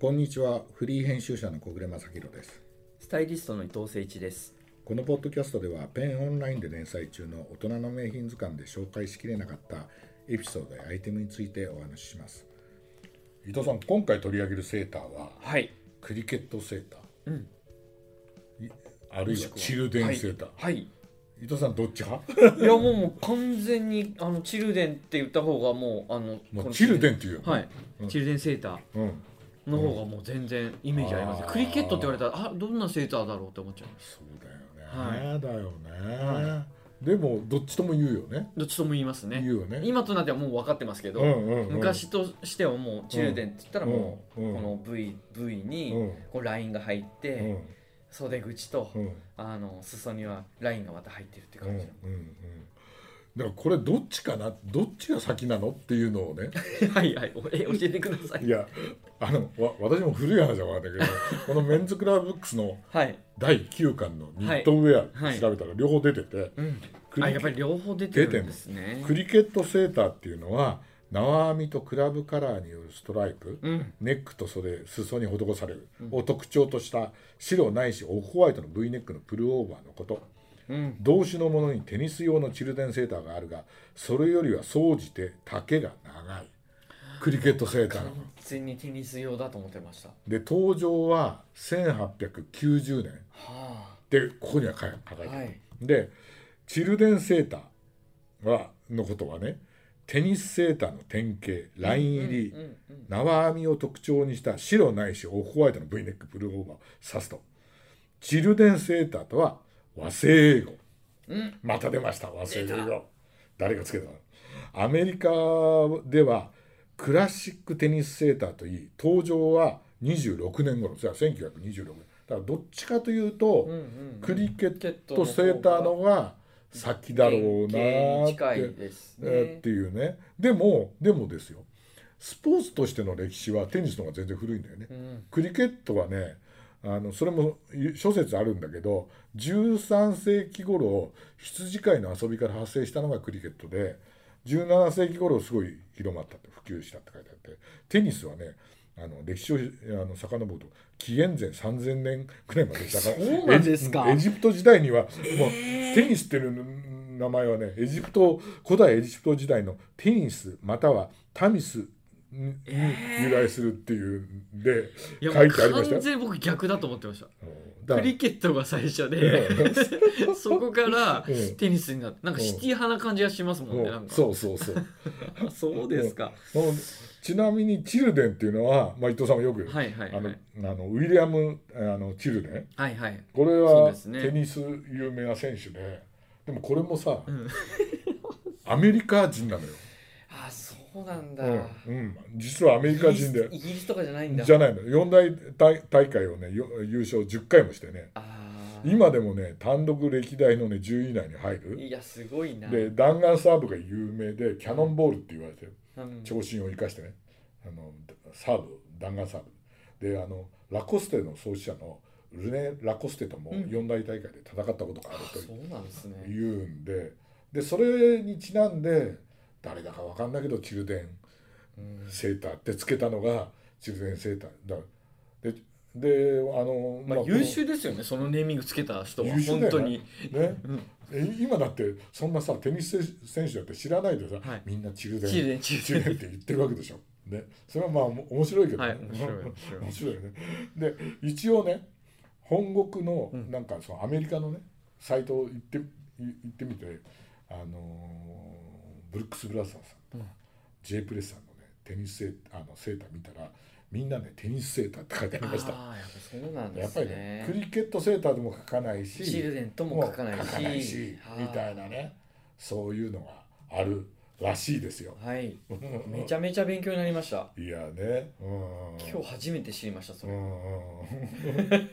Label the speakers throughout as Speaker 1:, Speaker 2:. Speaker 1: こんにちはフリー編集者の小暮正弘です
Speaker 2: スタイリストの伊藤誠一です。
Speaker 1: このポッドキャストではペンオンラインで連載中の大人の名品図鑑で紹介しきれなかったエピソードやアイテムについてお話しします伊藤さん今回取り上げるセーターは
Speaker 2: はい。
Speaker 1: クリケットセーター、
Speaker 2: うん
Speaker 1: いあるいは中電セーター、
Speaker 2: はい。
Speaker 1: 伊藤さんどっち 派
Speaker 2: いやもうもう完全にあのチルデンって言った方がもうあの
Speaker 1: もうチルデ
Speaker 2: ン
Speaker 1: ンっていうよね、
Speaker 2: はい、チルデンセーター
Speaker 1: うん、
Speaker 2: の方がもう全然イメージあります、
Speaker 1: あー
Speaker 2: クリケットって言われたらあどんなセーターだろうって思っちゃう
Speaker 1: そうだよね、
Speaker 2: は
Speaker 1: だよね、でもどっちとも言うよね
Speaker 2: どっちとも言いますね
Speaker 1: 言うよね
Speaker 2: 今となってはもう分かってますけど、
Speaker 1: うんうんうん
Speaker 2: 昔としてはもうチルデンって言ったらもう、
Speaker 1: うんうん
Speaker 2: この V, v に
Speaker 1: うん
Speaker 2: こうラインが入って、
Speaker 1: うん
Speaker 2: 袖口と、
Speaker 1: うん
Speaker 2: あの裾にはラインがまた入ってるって
Speaker 1: うんうん
Speaker 2: 感じの、
Speaker 1: うんだからこれどっちかなどっちが先なのっていうのを ね
Speaker 2: はいはいおえ教えてください
Speaker 1: いやあのわ私も古い話は分かんないけど このメンズクラブブックスの
Speaker 2: はい、
Speaker 1: 第9巻のニットウェア調べたら両方出てて、
Speaker 2: うん、
Speaker 1: ク
Speaker 2: あ
Speaker 1: リ
Speaker 2: やっぱり両方出てるんですね
Speaker 1: クリケットセーターっていうのは縄編みとクラブカラーによるストライプ、
Speaker 2: うん
Speaker 1: ネックと袖裾に施されるを特徴とした白ないしオフホワイトの V ネックのプルオーバーのこと
Speaker 2: うん
Speaker 1: 同種のものにテニス用のチルデンセーターがあるがそれよりは総じて丈が長いクリケットセーターの
Speaker 2: 完全にテニス用だと思ってましたは
Speaker 1: で登場は1890年
Speaker 2: あ
Speaker 1: でここには書いてある、
Speaker 2: はい
Speaker 1: でチルデンセーターはのことはねテニスセーターの典型ライン入り、
Speaker 2: うんうん
Speaker 1: 縄編みを特徴にした白ないしオフホワイトの V ネックブルーオーバーを指すとチルデンセーターとは和製英語
Speaker 2: うん
Speaker 1: また出ました和製英語誰がつけたのアメリカではクラシックテニスセーターといい登場は26年頃じゃあ1926年だからどっちかというと、
Speaker 2: うんうん
Speaker 1: クリケッ
Speaker 2: ケット
Speaker 1: トセーターの方が先だろうな
Speaker 2: 典
Speaker 1: ー
Speaker 2: 型
Speaker 1: って
Speaker 2: に近いですね、
Speaker 1: えーっていうねでもでもですよスポーツとしての歴史はテニスの方が全然古いんだよね、
Speaker 2: うん
Speaker 1: クリケットはねあのそれも諸説あるんだけど13世紀頃羊飼いの遊びから発生したのがクリケットで17世紀頃すごい広まったって普及したって書いてあってテニスはねあの歴史をあの遡ると紀元前3000年くらいまでだから
Speaker 2: そうなんですか
Speaker 1: エジエジプト時代にはもうテニスっていう名前はねエジプト古代エジプト時代のテニスまたはタミスに由来するっていうんで
Speaker 2: いやも
Speaker 1: 書
Speaker 2: う
Speaker 1: いてありました
Speaker 2: 完
Speaker 1: よ。
Speaker 2: 全に僕逆だと思ってました
Speaker 1: だか
Speaker 2: ク
Speaker 1: ら
Speaker 2: リケットが最初で そこから
Speaker 1: うん
Speaker 2: テニスになってなんかシティ派な感じがしますもんねなんか
Speaker 1: そうそうそう。
Speaker 2: あそうですか
Speaker 1: なのでちなみにチルデンっていうのは、まあ、伊藤さんもよく、
Speaker 2: はいはいは
Speaker 1: あの
Speaker 2: い
Speaker 1: あのウィリアムあのチルデン
Speaker 2: はいはい
Speaker 1: これ
Speaker 2: そう
Speaker 1: は
Speaker 2: ですね
Speaker 1: テニス有名な選手でで,、もこれもさ、
Speaker 2: うん
Speaker 1: アメリカ人なのよ、
Speaker 2: あそうなんだ、
Speaker 1: うんうん、実はアメリカ人で
Speaker 2: イギリスイギリスとかじゃないんだ
Speaker 1: じゃないの四大大大会をねよ優勝10回もしてね
Speaker 2: あー
Speaker 1: 今でもね単独歴代のね10位以内に入る
Speaker 2: いやすごいな
Speaker 1: で弾丸サーブが有名でキャノンボールって言われてる
Speaker 2: うん
Speaker 1: 長身を生かしてねあのサーブ弾丸サーブであのラコステの創始者のルネ・ラコステとも
Speaker 2: うん
Speaker 1: 四大大会で戦ったことがあるという
Speaker 2: そうなんです
Speaker 1: 言
Speaker 2: ね
Speaker 1: うんで,、でそれにちなんで誰だか分かんないけど中電
Speaker 2: うん
Speaker 1: セーターってつけたのが中電セーターだでであの、
Speaker 2: まあ
Speaker 1: まあ
Speaker 2: 優秀ですよねそのネーミングつけた人は
Speaker 1: 優秀だよね
Speaker 2: 本当に
Speaker 1: ね
Speaker 2: うん
Speaker 1: え今だってそんなさテニス選手だって知らないでさ、
Speaker 2: はい
Speaker 1: みんなチルデン
Speaker 2: チルデンチ
Speaker 1: チ
Speaker 2: ル
Speaker 1: ルデンって言ってるわけでしょ。ね、それはまあおも面白いけ
Speaker 2: デン
Speaker 1: ど
Speaker 2: は
Speaker 1: ね、
Speaker 2: い面白い面白い
Speaker 1: 面白いよね。で一応ね本国の
Speaker 2: うん
Speaker 1: なんかそのアメリカのねサイトを行ってい行ってみてあのーブルックス・ブラザーさんと
Speaker 2: う
Speaker 1: か、
Speaker 2: ん
Speaker 1: J ・プレスさんのねテニスセーあのセーター見たらみんなねテニスセーターって書いてありました。
Speaker 2: ああやっぱそうなんで
Speaker 1: やっ
Speaker 2: す
Speaker 1: ぱりねクリケットセーターでも書かないし
Speaker 2: チルデンとも書かないし
Speaker 1: 書かないし
Speaker 2: あー
Speaker 1: みたいなねそういうのがあるらしいですよ。
Speaker 2: はいめちゃめちゃ勉強になりました
Speaker 1: いやね、うん、
Speaker 2: 今日初めて知りましたそ
Speaker 1: うん
Speaker 2: れ
Speaker 1: うん うん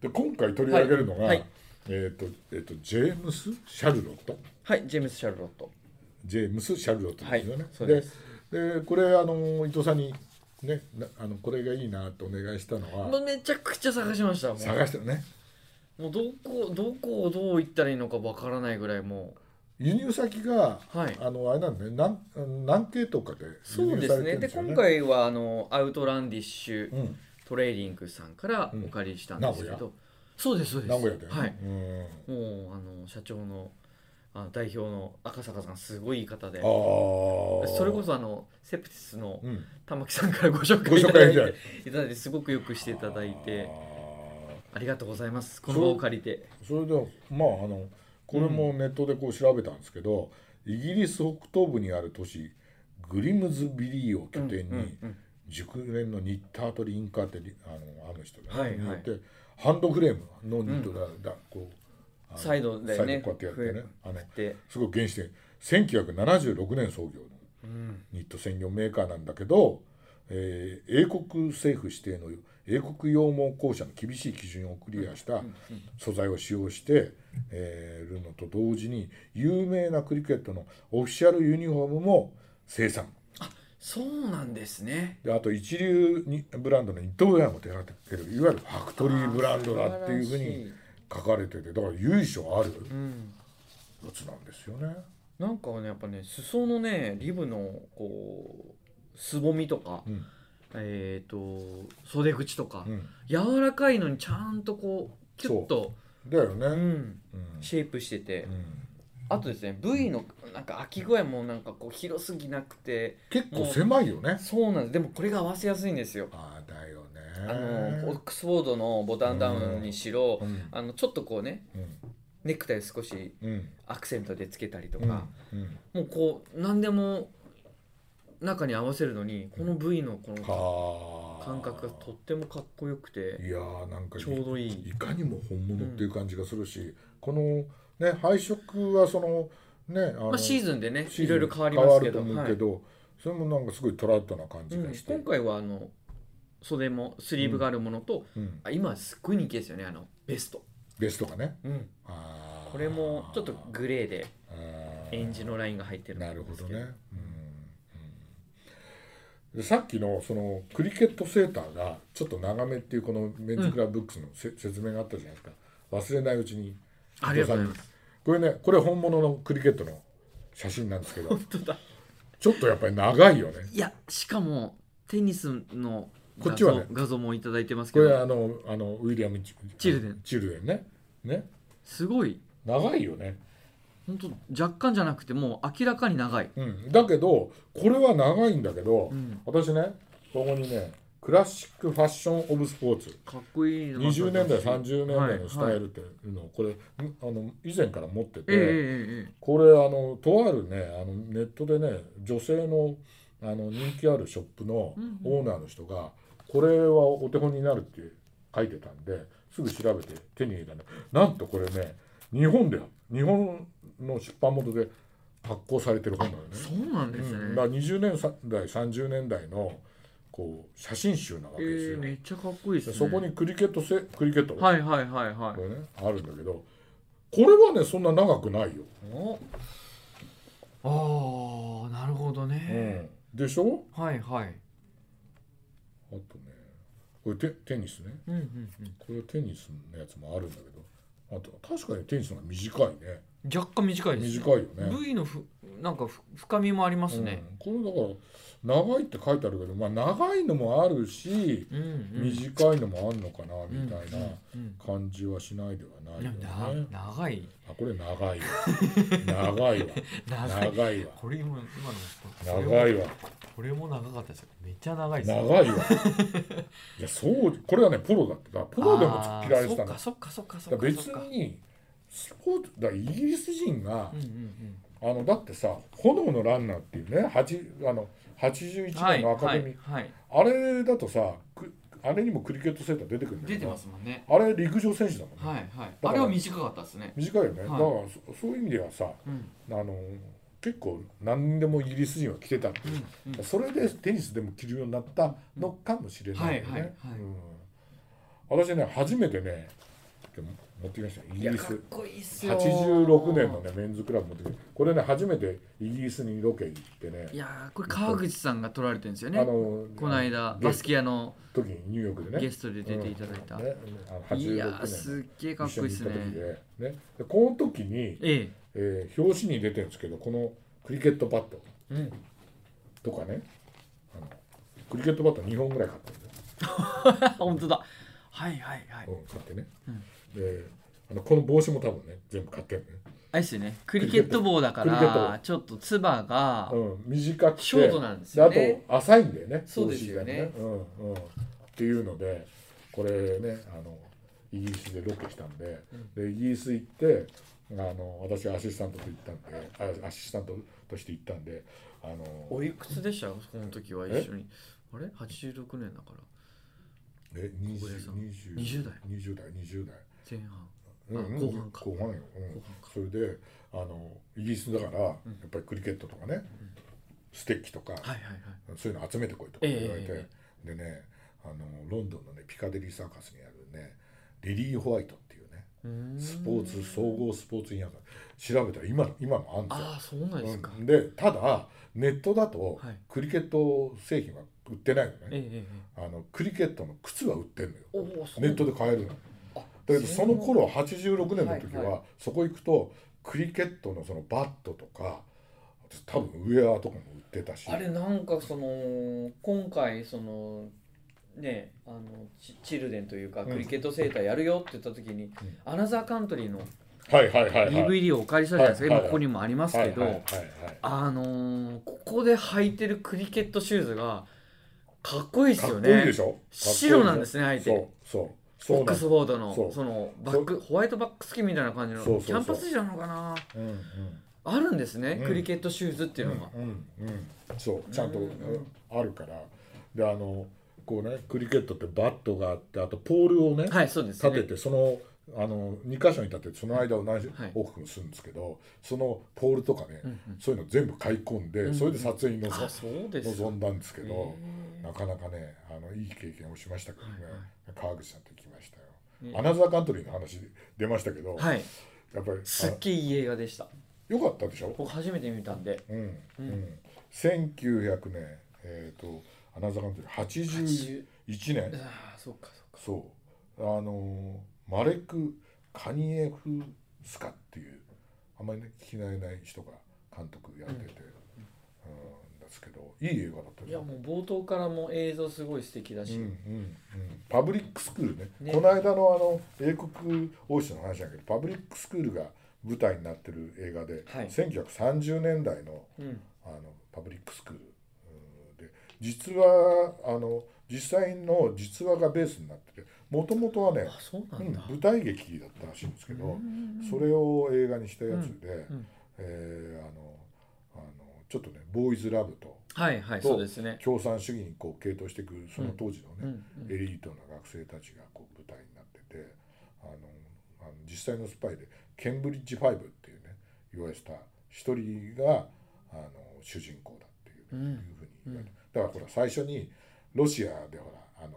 Speaker 1: で今回取り上げるのが、
Speaker 2: はいはい
Speaker 1: えっ、とえっ、とジェームスシャルロット
Speaker 2: はいジェームス・シャルロット
Speaker 1: ジェームスシャルロットですよね。
Speaker 2: はいそうです
Speaker 1: ででこれあの伊藤さんにねなあのこれがいいなとお願いしたの
Speaker 2: も
Speaker 1: は
Speaker 2: うめちゃくちゃ探しましたもう
Speaker 1: 探してね
Speaker 2: もうどこどこをどう行ったらいいのかわからないぐらいもう
Speaker 1: 輸入先が、
Speaker 2: はい
Speaker 1: あのあれなんだね南南系とかで
Speaker 2: そ
Speaker 1: 輸
Speaker 2: う
Speaker 1: 入
Speaker 2: で
Speaker 1: さ
Speaker 2: す
Speaker 1: れて
Speaker 2: ね
Speaker 1: るん
Speaker 2: で
Speaker 1: ですよね。
Speaker 2: 今回はあのアウトランディッシュ、
Speaker 1: うん
Speaker 2: トレーリングさんから
Speaker 1: うん
Speaker 2: お借りしたんですけど、そうですそうです
Speaker 1: 名古屋で、
Speaker 2: はい、
Speaker 1: うん
Speaker 2: もうあの社長のあの代表の赤坂さんすごいいい方で
Speaker 1: あー
Speaker 2: それこそあのセプティスの
Speaker 1: うん、
Speaker 2: 玉木さんからご紹
Speaker 1: ご
Speaker 2: 介い
Speaker 1: 紹
Speaker 2: ただ
Speaker 1: 介
Speaker 2: い
Speaker 1: じゃない
Speaker 2: ていただいてすごくよくしていただいて
Speaker 1: あ
Speaker 2: ありがとうございますこの場を借りて
Speaker 1: ーそれでまああのこれもネットでこう調べたんですけど、イギリス北東部にある都市グリムズビリーを拠点に、
Speaker 2: うんうん
Speaker 1: 熟練のニッターとリンカーってリあのあの人がね、
Speaker 2: はいはい
Speaker 1: によってハンドフレームのニットだ,、だこうあの
Speaker 2: サイドだよね
Speaker 1: サイドこうやってやってねあの
Speaker 2: です
Speaker 1: ごい原始的1976年創業の
Speaker 2: うん
Speaker 1: ニット専業メーカーなんだけど、えー英国政府指定の英国羊毛公社の厳しい基準をクリアした素材を使用して、えーるのと同時に有名なクリケットのオフィシャルユニフォームも生産
Speaker 2: そうなんですね
Speaker 1: であと一流にブランドのニットウェアも手がけてるいわゆるファクトリーブランドだっていうふうに書かれててだから由緒ある
Speaker 2: うん
Speaker 1: やつなんですよね。
Speaker 2: なんかねやっぱね裾のねリブのこうすぼみとか、
Speaker 1: うん
Speaker 2: えっ、と袖口とか、
Speaker 1: うん、
Speaker 2: 柔らかいのにちゃんとこうキュッと
Speaker 1: だよ
Speaker 2: う、
Speaker 1: ね。
Speaker 2: ん、
Speaker 1: うん
Speaker 2: シェイプしてて、
Speaker 1: うん
Speaker 2: あとですね V のなんか空き具合もなんかこう広すぎなくて
Speaker 1: 結構狭いよね。
Speaker 2: そうなんですでもこれが合わせやすいんですよ
Speaker 1: ああだよね。
Speaker 2: あのオックスフォードのボタンダウンにしろ、
Speaker 1: うん
Speaker 2: あのちょっとこうね
Speaker 1: うん
Speaker 2: ネクタイ少し
Speaker 1: うん
Speaker 2: アクセントでつけたりと
Speaker 1: うん
Speaker 2: か、
Speaker 1: うん
Speaker 2: もうこう何でも中に合わせるのにこの V のこの
Speaker 1: はあ
Speaker 2: 感覚がとってもかっこよくて
Speaker 1: いやーなんかい
Speaker 2: ちょうどいい
Speaker 1: いかにも本物っていう感じがするし、このね配色はそのねあの
Speaker 2: まあ、シーズンでね
Speaker 1: シー
Speaker 2: い
Speaker 1: ズン
Speaker 2: ろいろ変わりますけど
Speaker 1: 変わ
Speaker 2: は
Speaker 1: る
Speaker 2: い
Speaker 1: と思うけど、それもなんかすごいトラッドな感じ
Speaker 2: う
Speaker 1: が
Speaker 2: ん
Speaker 1: して、
Speaker 2: 今回はあの袖もスリーブがあるものと、
Speaker 1: うん
Speaker 2: あ今はすっごい人気ですよねあのベスト、
Speaker 1: ベストがねあー
Speaker 2: これもちょっとグレーで
Speaker 1: あー
Speaker 2: エンジのラインが入ってる
Speaker 1: なる
Speaker 2: ん
Speaker 1: ほ
Speaker 2: です
Speaker 1: ど
Speaker 2: け
Speaker 1: ね、うんうん、さっきのそのクリケットセーターがちょっと長めっていうこのメンズクラブブックスのせ、説明があったじゃないですか忘れないうちに
Speaker 2: ありがとうございます
Speaker 1: これねこれ本物のクリケットの写真なんですけど
Speaker 2: 本当だ
Speaker 1: ちょっとやっぱり長いよね
Speaker 2: いやしかもテニスの
Speaker 1: こっ
Speaker 2: 画
Speaker 1: ち
Speaker 2: 像,、
Speaker 1: はね
Speaker 2: 画像もいただいてます
Speaker 1: こ
Speaker 2: け
Speaker 1: れ
Speaker 2: ど
Speaker 1: あのあのウィリアムチ・
Speaker 2: チルデン
Speaker 1: チルデンねね
Speaker 2: すごい
Speaker 1: 長いよね
Speaker 2: 本当若干じゃなくてもう明らかに長い、
Speaker 1: うん、だけどこれは長いんだけど、
Speaker 2: うん
Speaker 1: 私ねここにねクラシックファッション・オブ・スポーツ
Speaker 2: かっこいいの
Speaker 1: 20年代30年代のスタイ
Speaker 2: はいはい
Speaker 1: ルっていうのをこれ、んあの以前から持ってて、
Speaker 2: えええええ
Speaker 1: これあのとあるねあのネットでね女性のあの人気あるショップの
Speaker 2: うんうん
Speaker 1: オーナーの人が、これはお手本になるって書いてたんですぐ調べて手に入れたんだなんとこれね日本で日本の出版元で発行されてる本なのね
Speaker 2: え。そうなんですね、
Speaker 1: うん、だから20年代30年代のこう写真集なわけです
Speaker 2: ええ
Speaker 1: よ、
Speaker 2: めっちゃかっこいいです
Speaker 1: で
Speaker 2: ね
Speaker 1: そこにクリケットせクリケット、
Speaker 2: はいはいはいは
Speaker 1: こ
Speaker 2: い
Speaker 1: れねあるんだけどこれはねそんな長くないよ、
Speaker 2: おああなるほどね、
Speaker 1: うん、でしょ
Speaker 2: はいはい
Speaker 1: あとねこれテテニスね
Speaker 2: うんうんうん
Speaker 1: これテニスのやつもあるんだけどあと確かにテニスの方が短いね
Speaker 2: 若干短いです、
Speaker 1: 短いよね、
Speaker 2: V のふなんかふ深みもありますね、
Speaker 1: うん、これだから長いって書いてあるけどまあ長いのもあるし
Speaker 2: うん、うん
Speaker 1: 短いのもあるのかなみたいな
Speaker 2: うん
Speaker 1: 感じはしないではないよ
Speaker 2: な
Speaker 1: ね。
Speaker 2: 長い
Speaker 1: あこれ長いわ長いわ
Speaker 2: 長い
Speaker 1: 長いわ
Speaker 2: これ今今のこれも
Speaker 1: 長いわ
Speaker 2: これも長かったですよめっちゃ長いですよ
Speaker 1: 長いわいやそうこれはねポロだってだからポロでも
Speaker 2: あー
Speaker 1: 着られてたんだ
Speaker 2: そっかそっかそ
Speaker 1: だ
Speaker 2: っ
Speaker 1: か
Speaker 2: から
Speaker 1: 別
Speaker 2: そっかそっか
Speaker 1: にスポーツだからイギリス人が
Speaker 2: うん、うん
Speaker 1: あのだってさ「炎のランナー」っていうねはちあの81
Speaker 2: うんはい
Speaker 1: 年のアカ
Speaker 2: は
Speaker 1: デ
Speaker 2: い
Speaker 1: ミー、
Speaker 2: はい
Speaker 1: あれだとさくあれにもクリケットセーター出てくるんだ
Speaker 2: 出
Speaker 1: け
Speaker 2: て
Speaker 1: ど
Speaker 2: ますもんね
Speaker 1: あれ陸上選手だもんね、
Speaker 2: はいはい
Speaker 1: ら
Speaker 2: あれは短かったですね
Speaker 1: 短いよね、
Speaker 2: はい
Speaker 1: だからそそういう意味ではさ
Speaker 2: うん
Speaker 1: あの結構何でもイギリス人は着てたって
Speaker 2: う
Speaker 1: い
Speaker 2: ん
Speaker 1: う、
Speaker 2: うん
Speaker 1: それでテニスでも着るようになったのかもしれないよね、
Speaker 2: はいはいはい
Speaker 1: うん私ね初めてね持ってきましたイギリ
Speaker 2: かっ
Speaker 1: ス
Speaker 2: こいいっすよ
Speaker 1: 86年のねメンズクラブ持ってきてこれね初めてイギリスにロケ行ってね
Speaker 2: いやーこれ川口さんが撮られてるんですよ
Speaker 1: あ
Speaker 2: ね
Speaker 1: の
Speaker 2: この間
Speaker 1: ゲ
Speaker 2: バスキアの
Speaker 1: 時にニューヨークでね
Speaker 2: ゲストで出ていただいた
Speaker 1: うんね、あの
Speaker 2: いや
Speaker 1: 86
Speaker 2: ー
Speaker 1: 年
Speaker 2: すっげえかっこいいっす
Speaker 1: 一緒に行った時
Speaker 2: ね
Speaker 1: でねでこの時に
Speaker 2: ええ
Speaker 1: えー表紙に出てるんですけどこのクリケットバット
Speaker 2: うん、
Speaker 1: とかねあのクリケットバット2本ぐらい買ってるんですよ
Speaker 2: 本当だはいはいはい
Speaker 1: うん、買ってね、
Speaker 2: うん
Speaker 1: であのこの帽子も多分ね全部買ってるね、
Speaker 2: あれですよねクリケット棒だか
Speaker 1: クリケッ
Speaker 2: ら
Speaker 1: ト
Speaker 2: ちょっとつばが、
Speaker 1: うん、短くて
Speaker 2: ショートなんですよね
Speaker 1: であと浅いんだよね
Speaker 2: そうですよね
Speaker 1: 帽子がうんうん、っていうのでこれねあのイギリスでロケしたんで,、でイギリス行ってあの私アシスタントと行ったんであアシスタントとして行ったんであの
Speaker 2: おいくつでしたこの時は一緒にあれ86年だから
Speaker 1: え
Speaker 2: 小林さん
Speaker 1: 20
Speaker 2: 20代
Speaker 1: 20代20代
Speaker 2: 前半
Speaker 1: うんうん
Speaker 2: 後半か
Speaker 1: 後半よ、うんそれであのイギリスだから、やっぱりクリケットとかね、ステッキとか、
Speaker 2: はいはいはい
Speaker 1: そういうの集めてこいとか言われて、
Speaker 2: え
Speaker 1: でねあのロンドンのねピカデリーサーカスにあるねリリー・ホワイトっていうね
Speaker 2: うーん
Speaker 1: スポーツ総合スポーツインヤー調べたら今今もあるんですよ
Speaker 2: ああそうなんですか、
Speaker 1: うんでただネットだと
Speaker 2: はい
Speaker 1: クリケット製品は売ってないのね、
Speaker 2: ええええ
Speaker 1: あのクリケットの靴は売ってんのよ
Speaker 2: おおそう
Speaker 1: ネットで買えるのだ
Speaker 2: あ
Speaker 1: けどその頃86年の時は、
Speaker 2: はいはい
Speaker 1: そこ行くとクリケットのそのバットとか多分ウェアとかも売ってたし
Speaker 2: あれなんかその今回そのねあのチチルデンというか
Speaker 1: うん
Speaker 2: クリケットセーターやるよって言った時に、アナザーカントリーの
Speaker 1: はいはいはいはい、
Speaker 2: DVD をお借りしたじゃないです
Speaker 1: はい
Speaker 2: か、
Speaker 1: はい
Speaker 2: 今ここにもありますけど、
Speaker 1: はいはいはいはい
Speaker 2: あのーここで履いてるクリケットシューズがかっこいいです
Speaker 1: かっ
Speaker 2: よ
Speaker 1: こ
Speaker 2: ね
Speaker 1: いいでしょ
Speaker 2: 白なんですね
Speaker 1: かっこいいでしょそうそうそうなんで
Speaker 2: ボックス
Speaker 1: す
Speaker 2: フォードの
Speaker 1: そ
Speaker 2: そうのバックホワイトバックスキンみたいな感じの
Speaker 1: そうそうそう
Speaker 2: キャンパス地なのかな
Speaker 1: うんうん
Speaker 2: あるんですね、
Speaker 1: うん
Speaker 2: クリケットシューズっていうのが、
Speaker 1: うんうんそうちゃんと
Speaker 2: うん
Speaker 1: うんあるからであのこうねクリケットってバットがあってあとポールをね
Speaker 2: はいそうですね
Speaker 1: 立ててそのあの2箇所に立ててその間を何
Speaker 2: はい
Speaker 1: 往復するんですけどそのポールとかね
Speaker 2: うんうん
Speaker 1: そういうの全部買い込ん
Speaker 2: んう
Speaker 1: で
Speaker 2: ん
Speaker 1: それで撮影に臨
Speaker 2: あそうです
Speaker 1: 臨んだんですけ
Speaker 2: へ
Speaker 1: ど
Speaker 2: ー
Speaker 1: なかなかねあのいい経験をしましたけどね
Speaker 2: はいは
Speaker 1: 川口さんと行きましたよ。
Speaker 2: ね
Speaker 1: アナザーカントリーの話出ましたけど、
Speaker 2: はい
Speaker 1: やっぱり
Speaker 2: すっげえいい映画でした
Speaker 1: あよかったでしょ、
Speaker 2: 僕初めて見たんで
Speaker 1: うんう
Speaker 2: うんん
Speaker 1: 1900年、えー、とアナザーカントリー
Speaker 2: 80
Speaker 1: 81年
Speaker 2: ああそっかそっか
Speaker 1: そうあのーマレク・カニエフスカっていうあんまりね聞き慣れない人が監督やってて、うんですけどいい映画だった
Speaker 2: い
Speaker 1: でし
Speaker 2: や
Speaker 1: ょ
Speaker 2: もう冒頭からもう映像すごい素敵だ
Speaker 1: うん
Speaker 2: し、
Speaker 1: うんうん、パブリックスクールね
Speaker 2: ね
Speaker 1: この間のあの英国王室の話だけどパブリックスクールが舞台になってる映画で、
Speaker 2: はい
Speaker 1: 1930年代の
Speaker 2: うん
Speaker 1: あのパブリックスクールうんで実はあの実際の実話がベースになっててもともとはね
Speaker 2: あ、そうな
Speaker 1: うんん
Speaker 2: だ、
Speaker 1: 舞台劇だったらしいんですけど、
Speaker 2: うん
Speaker 1: それを映画にしたやつで、
Speaker 2: うん
Speaker 1: えーあのあのちょっとねボーイズラブと
Speaker 2: はいはいそうですね
Speaker 1: 共産主義にこう傾倒していくその当時のね、
Speaker 2: うんうん
Speaker 1: エリートな学生たちがこう舞台になっててあのあの実際のスパイでケンブリッジ・ファイブっていうね言われた一人があの主人公だっていう,、
Speaker 2: うん
Speaker 1: いうふうに言われてだからほら最初にロシアでほらあの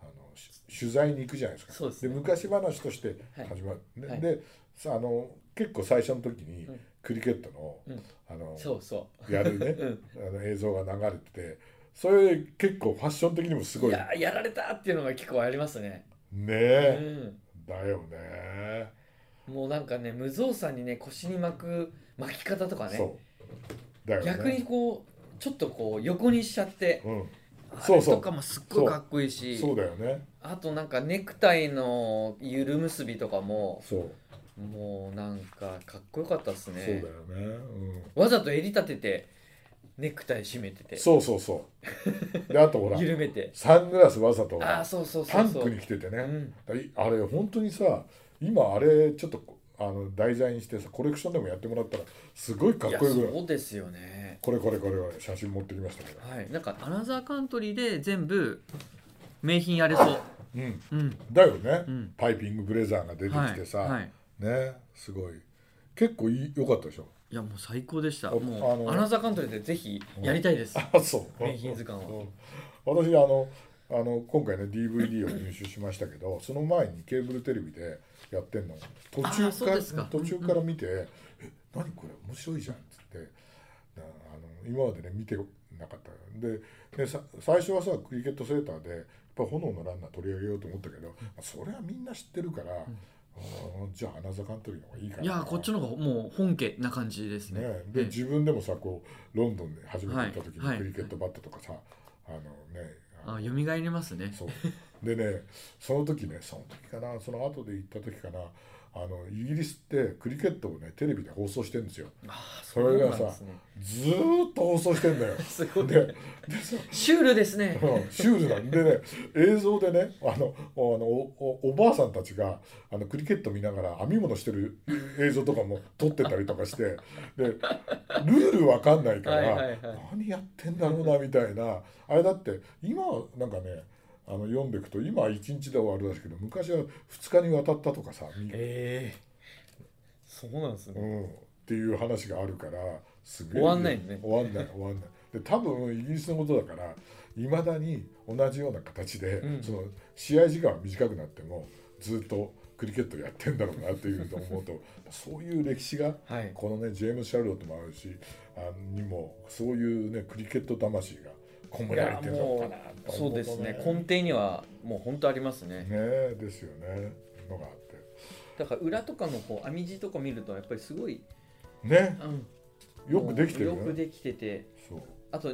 Speaker 1: あのし取材に行くじゃないですか
Speaker 2: そうですね
Speaker 1: 昔話として始まる、ね
Speaker 2: はい
Speaker 1: でさあの結構最初の時に
Speaker 2: うん
Speaker 1: クリケットの,、
Speaker 2: うん
Speaker 1: あの
Speaker 2: そうそ
Speaker 1: やるね、
Speaker 2: うん
Speaker 1: あの映像が流れててそれ結構ファッション的にもす
Speaker 2: う
Speaker 1: ご
Speaker 2: い
Speaker 1: い
Speaker 2: ややられたっていうのが結構ありますね、
Speaker 1: ね
Speaker 2: う
Speaker 1: え、
Speaker 2: ん、
Speaker 1: だよね
Speaker 2: もうなんかね無造作にね腰に巻く巻き方とかね
Speaker 1: そうだよね
Speaker 2: 逆にこうちょっとこう横にしちゃって
Speaker 1: うん
Speaker 2: あ
Speaker 1: そう
Speaker 2: れ
Speaker 1: そう
Speaker 2: とかもすっごいかっこいいし
Speaker 1: そうだよね
Speaker 2: あとなんかネクタイのゆる結びとかも
Speaker 1: そう
Speaker 2: もうなんかかっこよかったです
Speaker 1: そう
Speaker 2: ね
Speaker 1: だよねうん
Speaker 2: わざと襟立ててネクタイ締めてて
Speaker 1: そうそうそうであとほら
Speaker 2: 緩めて
Speaker 1: サングラスわざと
Speaker 2: ああ
Speaker 1: パ
Speaker 2: そうそうそう
Speaker 1: ン
Speaker 2: そう
Speaker 1: クに着てて
Speaker 2: う
Speaker 1: ね
Speaker 2: ん
Speaker 1: だいあれ本当にさ今あれちょっとこあの題材にしてさコレクションでもやってもらったらすごいかっこよ
Speaker 2: い
Speaker 1: くな
Speaker 2: や
Speaker 1: る
Speaker 2: そうですよね
Speaker 1: これこれこれこれ写真持ってきましたけど
Speaker 2: はいなんかアナザーカントリーで全部名品やれそう
Speaker 1: うん
Speaker 2: うん
Speaker 1: だよね
Speaker 2: うん
Speaker 1: パイピングブレザーが出てきて
Speaker 2: はいは
Speaker 1: さ
Speaker 2: い
Speaker 1: ねすごい結構いい良かったでしょ
Speaker 2: いやもう最高でした
Speaker 1: ああ
Speaker 2: も
Speaker 1: の
Speaker 2: うアナザーカントリーでぜひやりたいです、
Speaker 1: あそう
Speaker 2: 名品図鑑は
Speaker 1: うん私あのあの今回ね DVD を入手しましたけどその前にケーブルテレビでやってんの途
Speaker 2: あー
Speaker 1: 中
Speaker 2: そう
Speaker 1: か
Speaker 2: です
Speaker 1: ら
Speaker 2: か
Speaker 1: 途中から見て「え何これ面白いじゃん」っつってなあの今までね見てなかったででさ最初はさクリケットセーターでやっぱ炎のランナー取り上げようと思ったけどそれはみんな知ってるから、あーじゃあアナザーカントリーの方がいいかない
Speaker 2: やーこっちの方がもう本家な感じですね
Speaker 1: ね、で
Speaker 2: ええ
Speaker 1: 自分でもさこうロンドンで初めて行った時
Speaker 2: はいは
Speaker 1: に
Speaker 2: い
Speaker 1: クリケットバットとかさ、あのねあの
Speaker 2: あよみがえりますね
Speaker 1: そうでねその時ねその時かなその後で行った時かなあのイギリスってクリケットをねテレビで放送してるんですよ
Speaker 2: あー
Speaker 1: それが
Speaker 2: うなんですね
Speaker 1: ずーっと放送してんだよ
Speaker 2: すごい
Speaker 1: ででさ
Speaker 2: シュールですね
Speaker 1: うんシュールなんでね映像でねあのおあのおおおばあさんたちがあのクリケット見ながら編み物してる映像とかも撮ってたりとかしてでルールわかんないから、
Speaker 2: はいはいはい
Speaker 1: 何やってんだろうなみたいなあれだって今なんかねあの読んでいくと今は1日で終わるらしいけど昔は2日にわたったとかさ、み
Speaker 2: ええそうなんです
Speaker 1: う
Speaker 2: ね
Speaker 1: ん、っていう話があるからすげえ
Speaker 2: 終わんないのね
Speaker 1: 終わんない終わんないで多分イギリスのことだからいまだに同じような形で、
Speaker 2: うん
Speaker 1: その試合時間は短くなってもずっとクリケットやってんだろうなっていうと思うとそういう歴史が
Speaker 2: はい
Speaker 1: このねジェームズ・シャルロットもあるしあにもそういうねクリケット魂が込められてるのかなと
Speaker 2: そ
Speaker 1: 思
Speaker 2: う
Speaker 1: と
Speaker 2: ですね根底にはもう本当ありますね
Speaker 1: ねえですよねのがあって
Speaker 2: だから裏とかのこう編み地とか見るとやっぱりすごい、
Speaker 1: ね
Speaker 2: うん
Speaker 1: よくできてる
Speaker 2: よ
Speaker 1: よ
Speaker 2: く
Speaker 1: ね
Speaker 2: できてて
Speaker 1: そう
Speaker 2: あと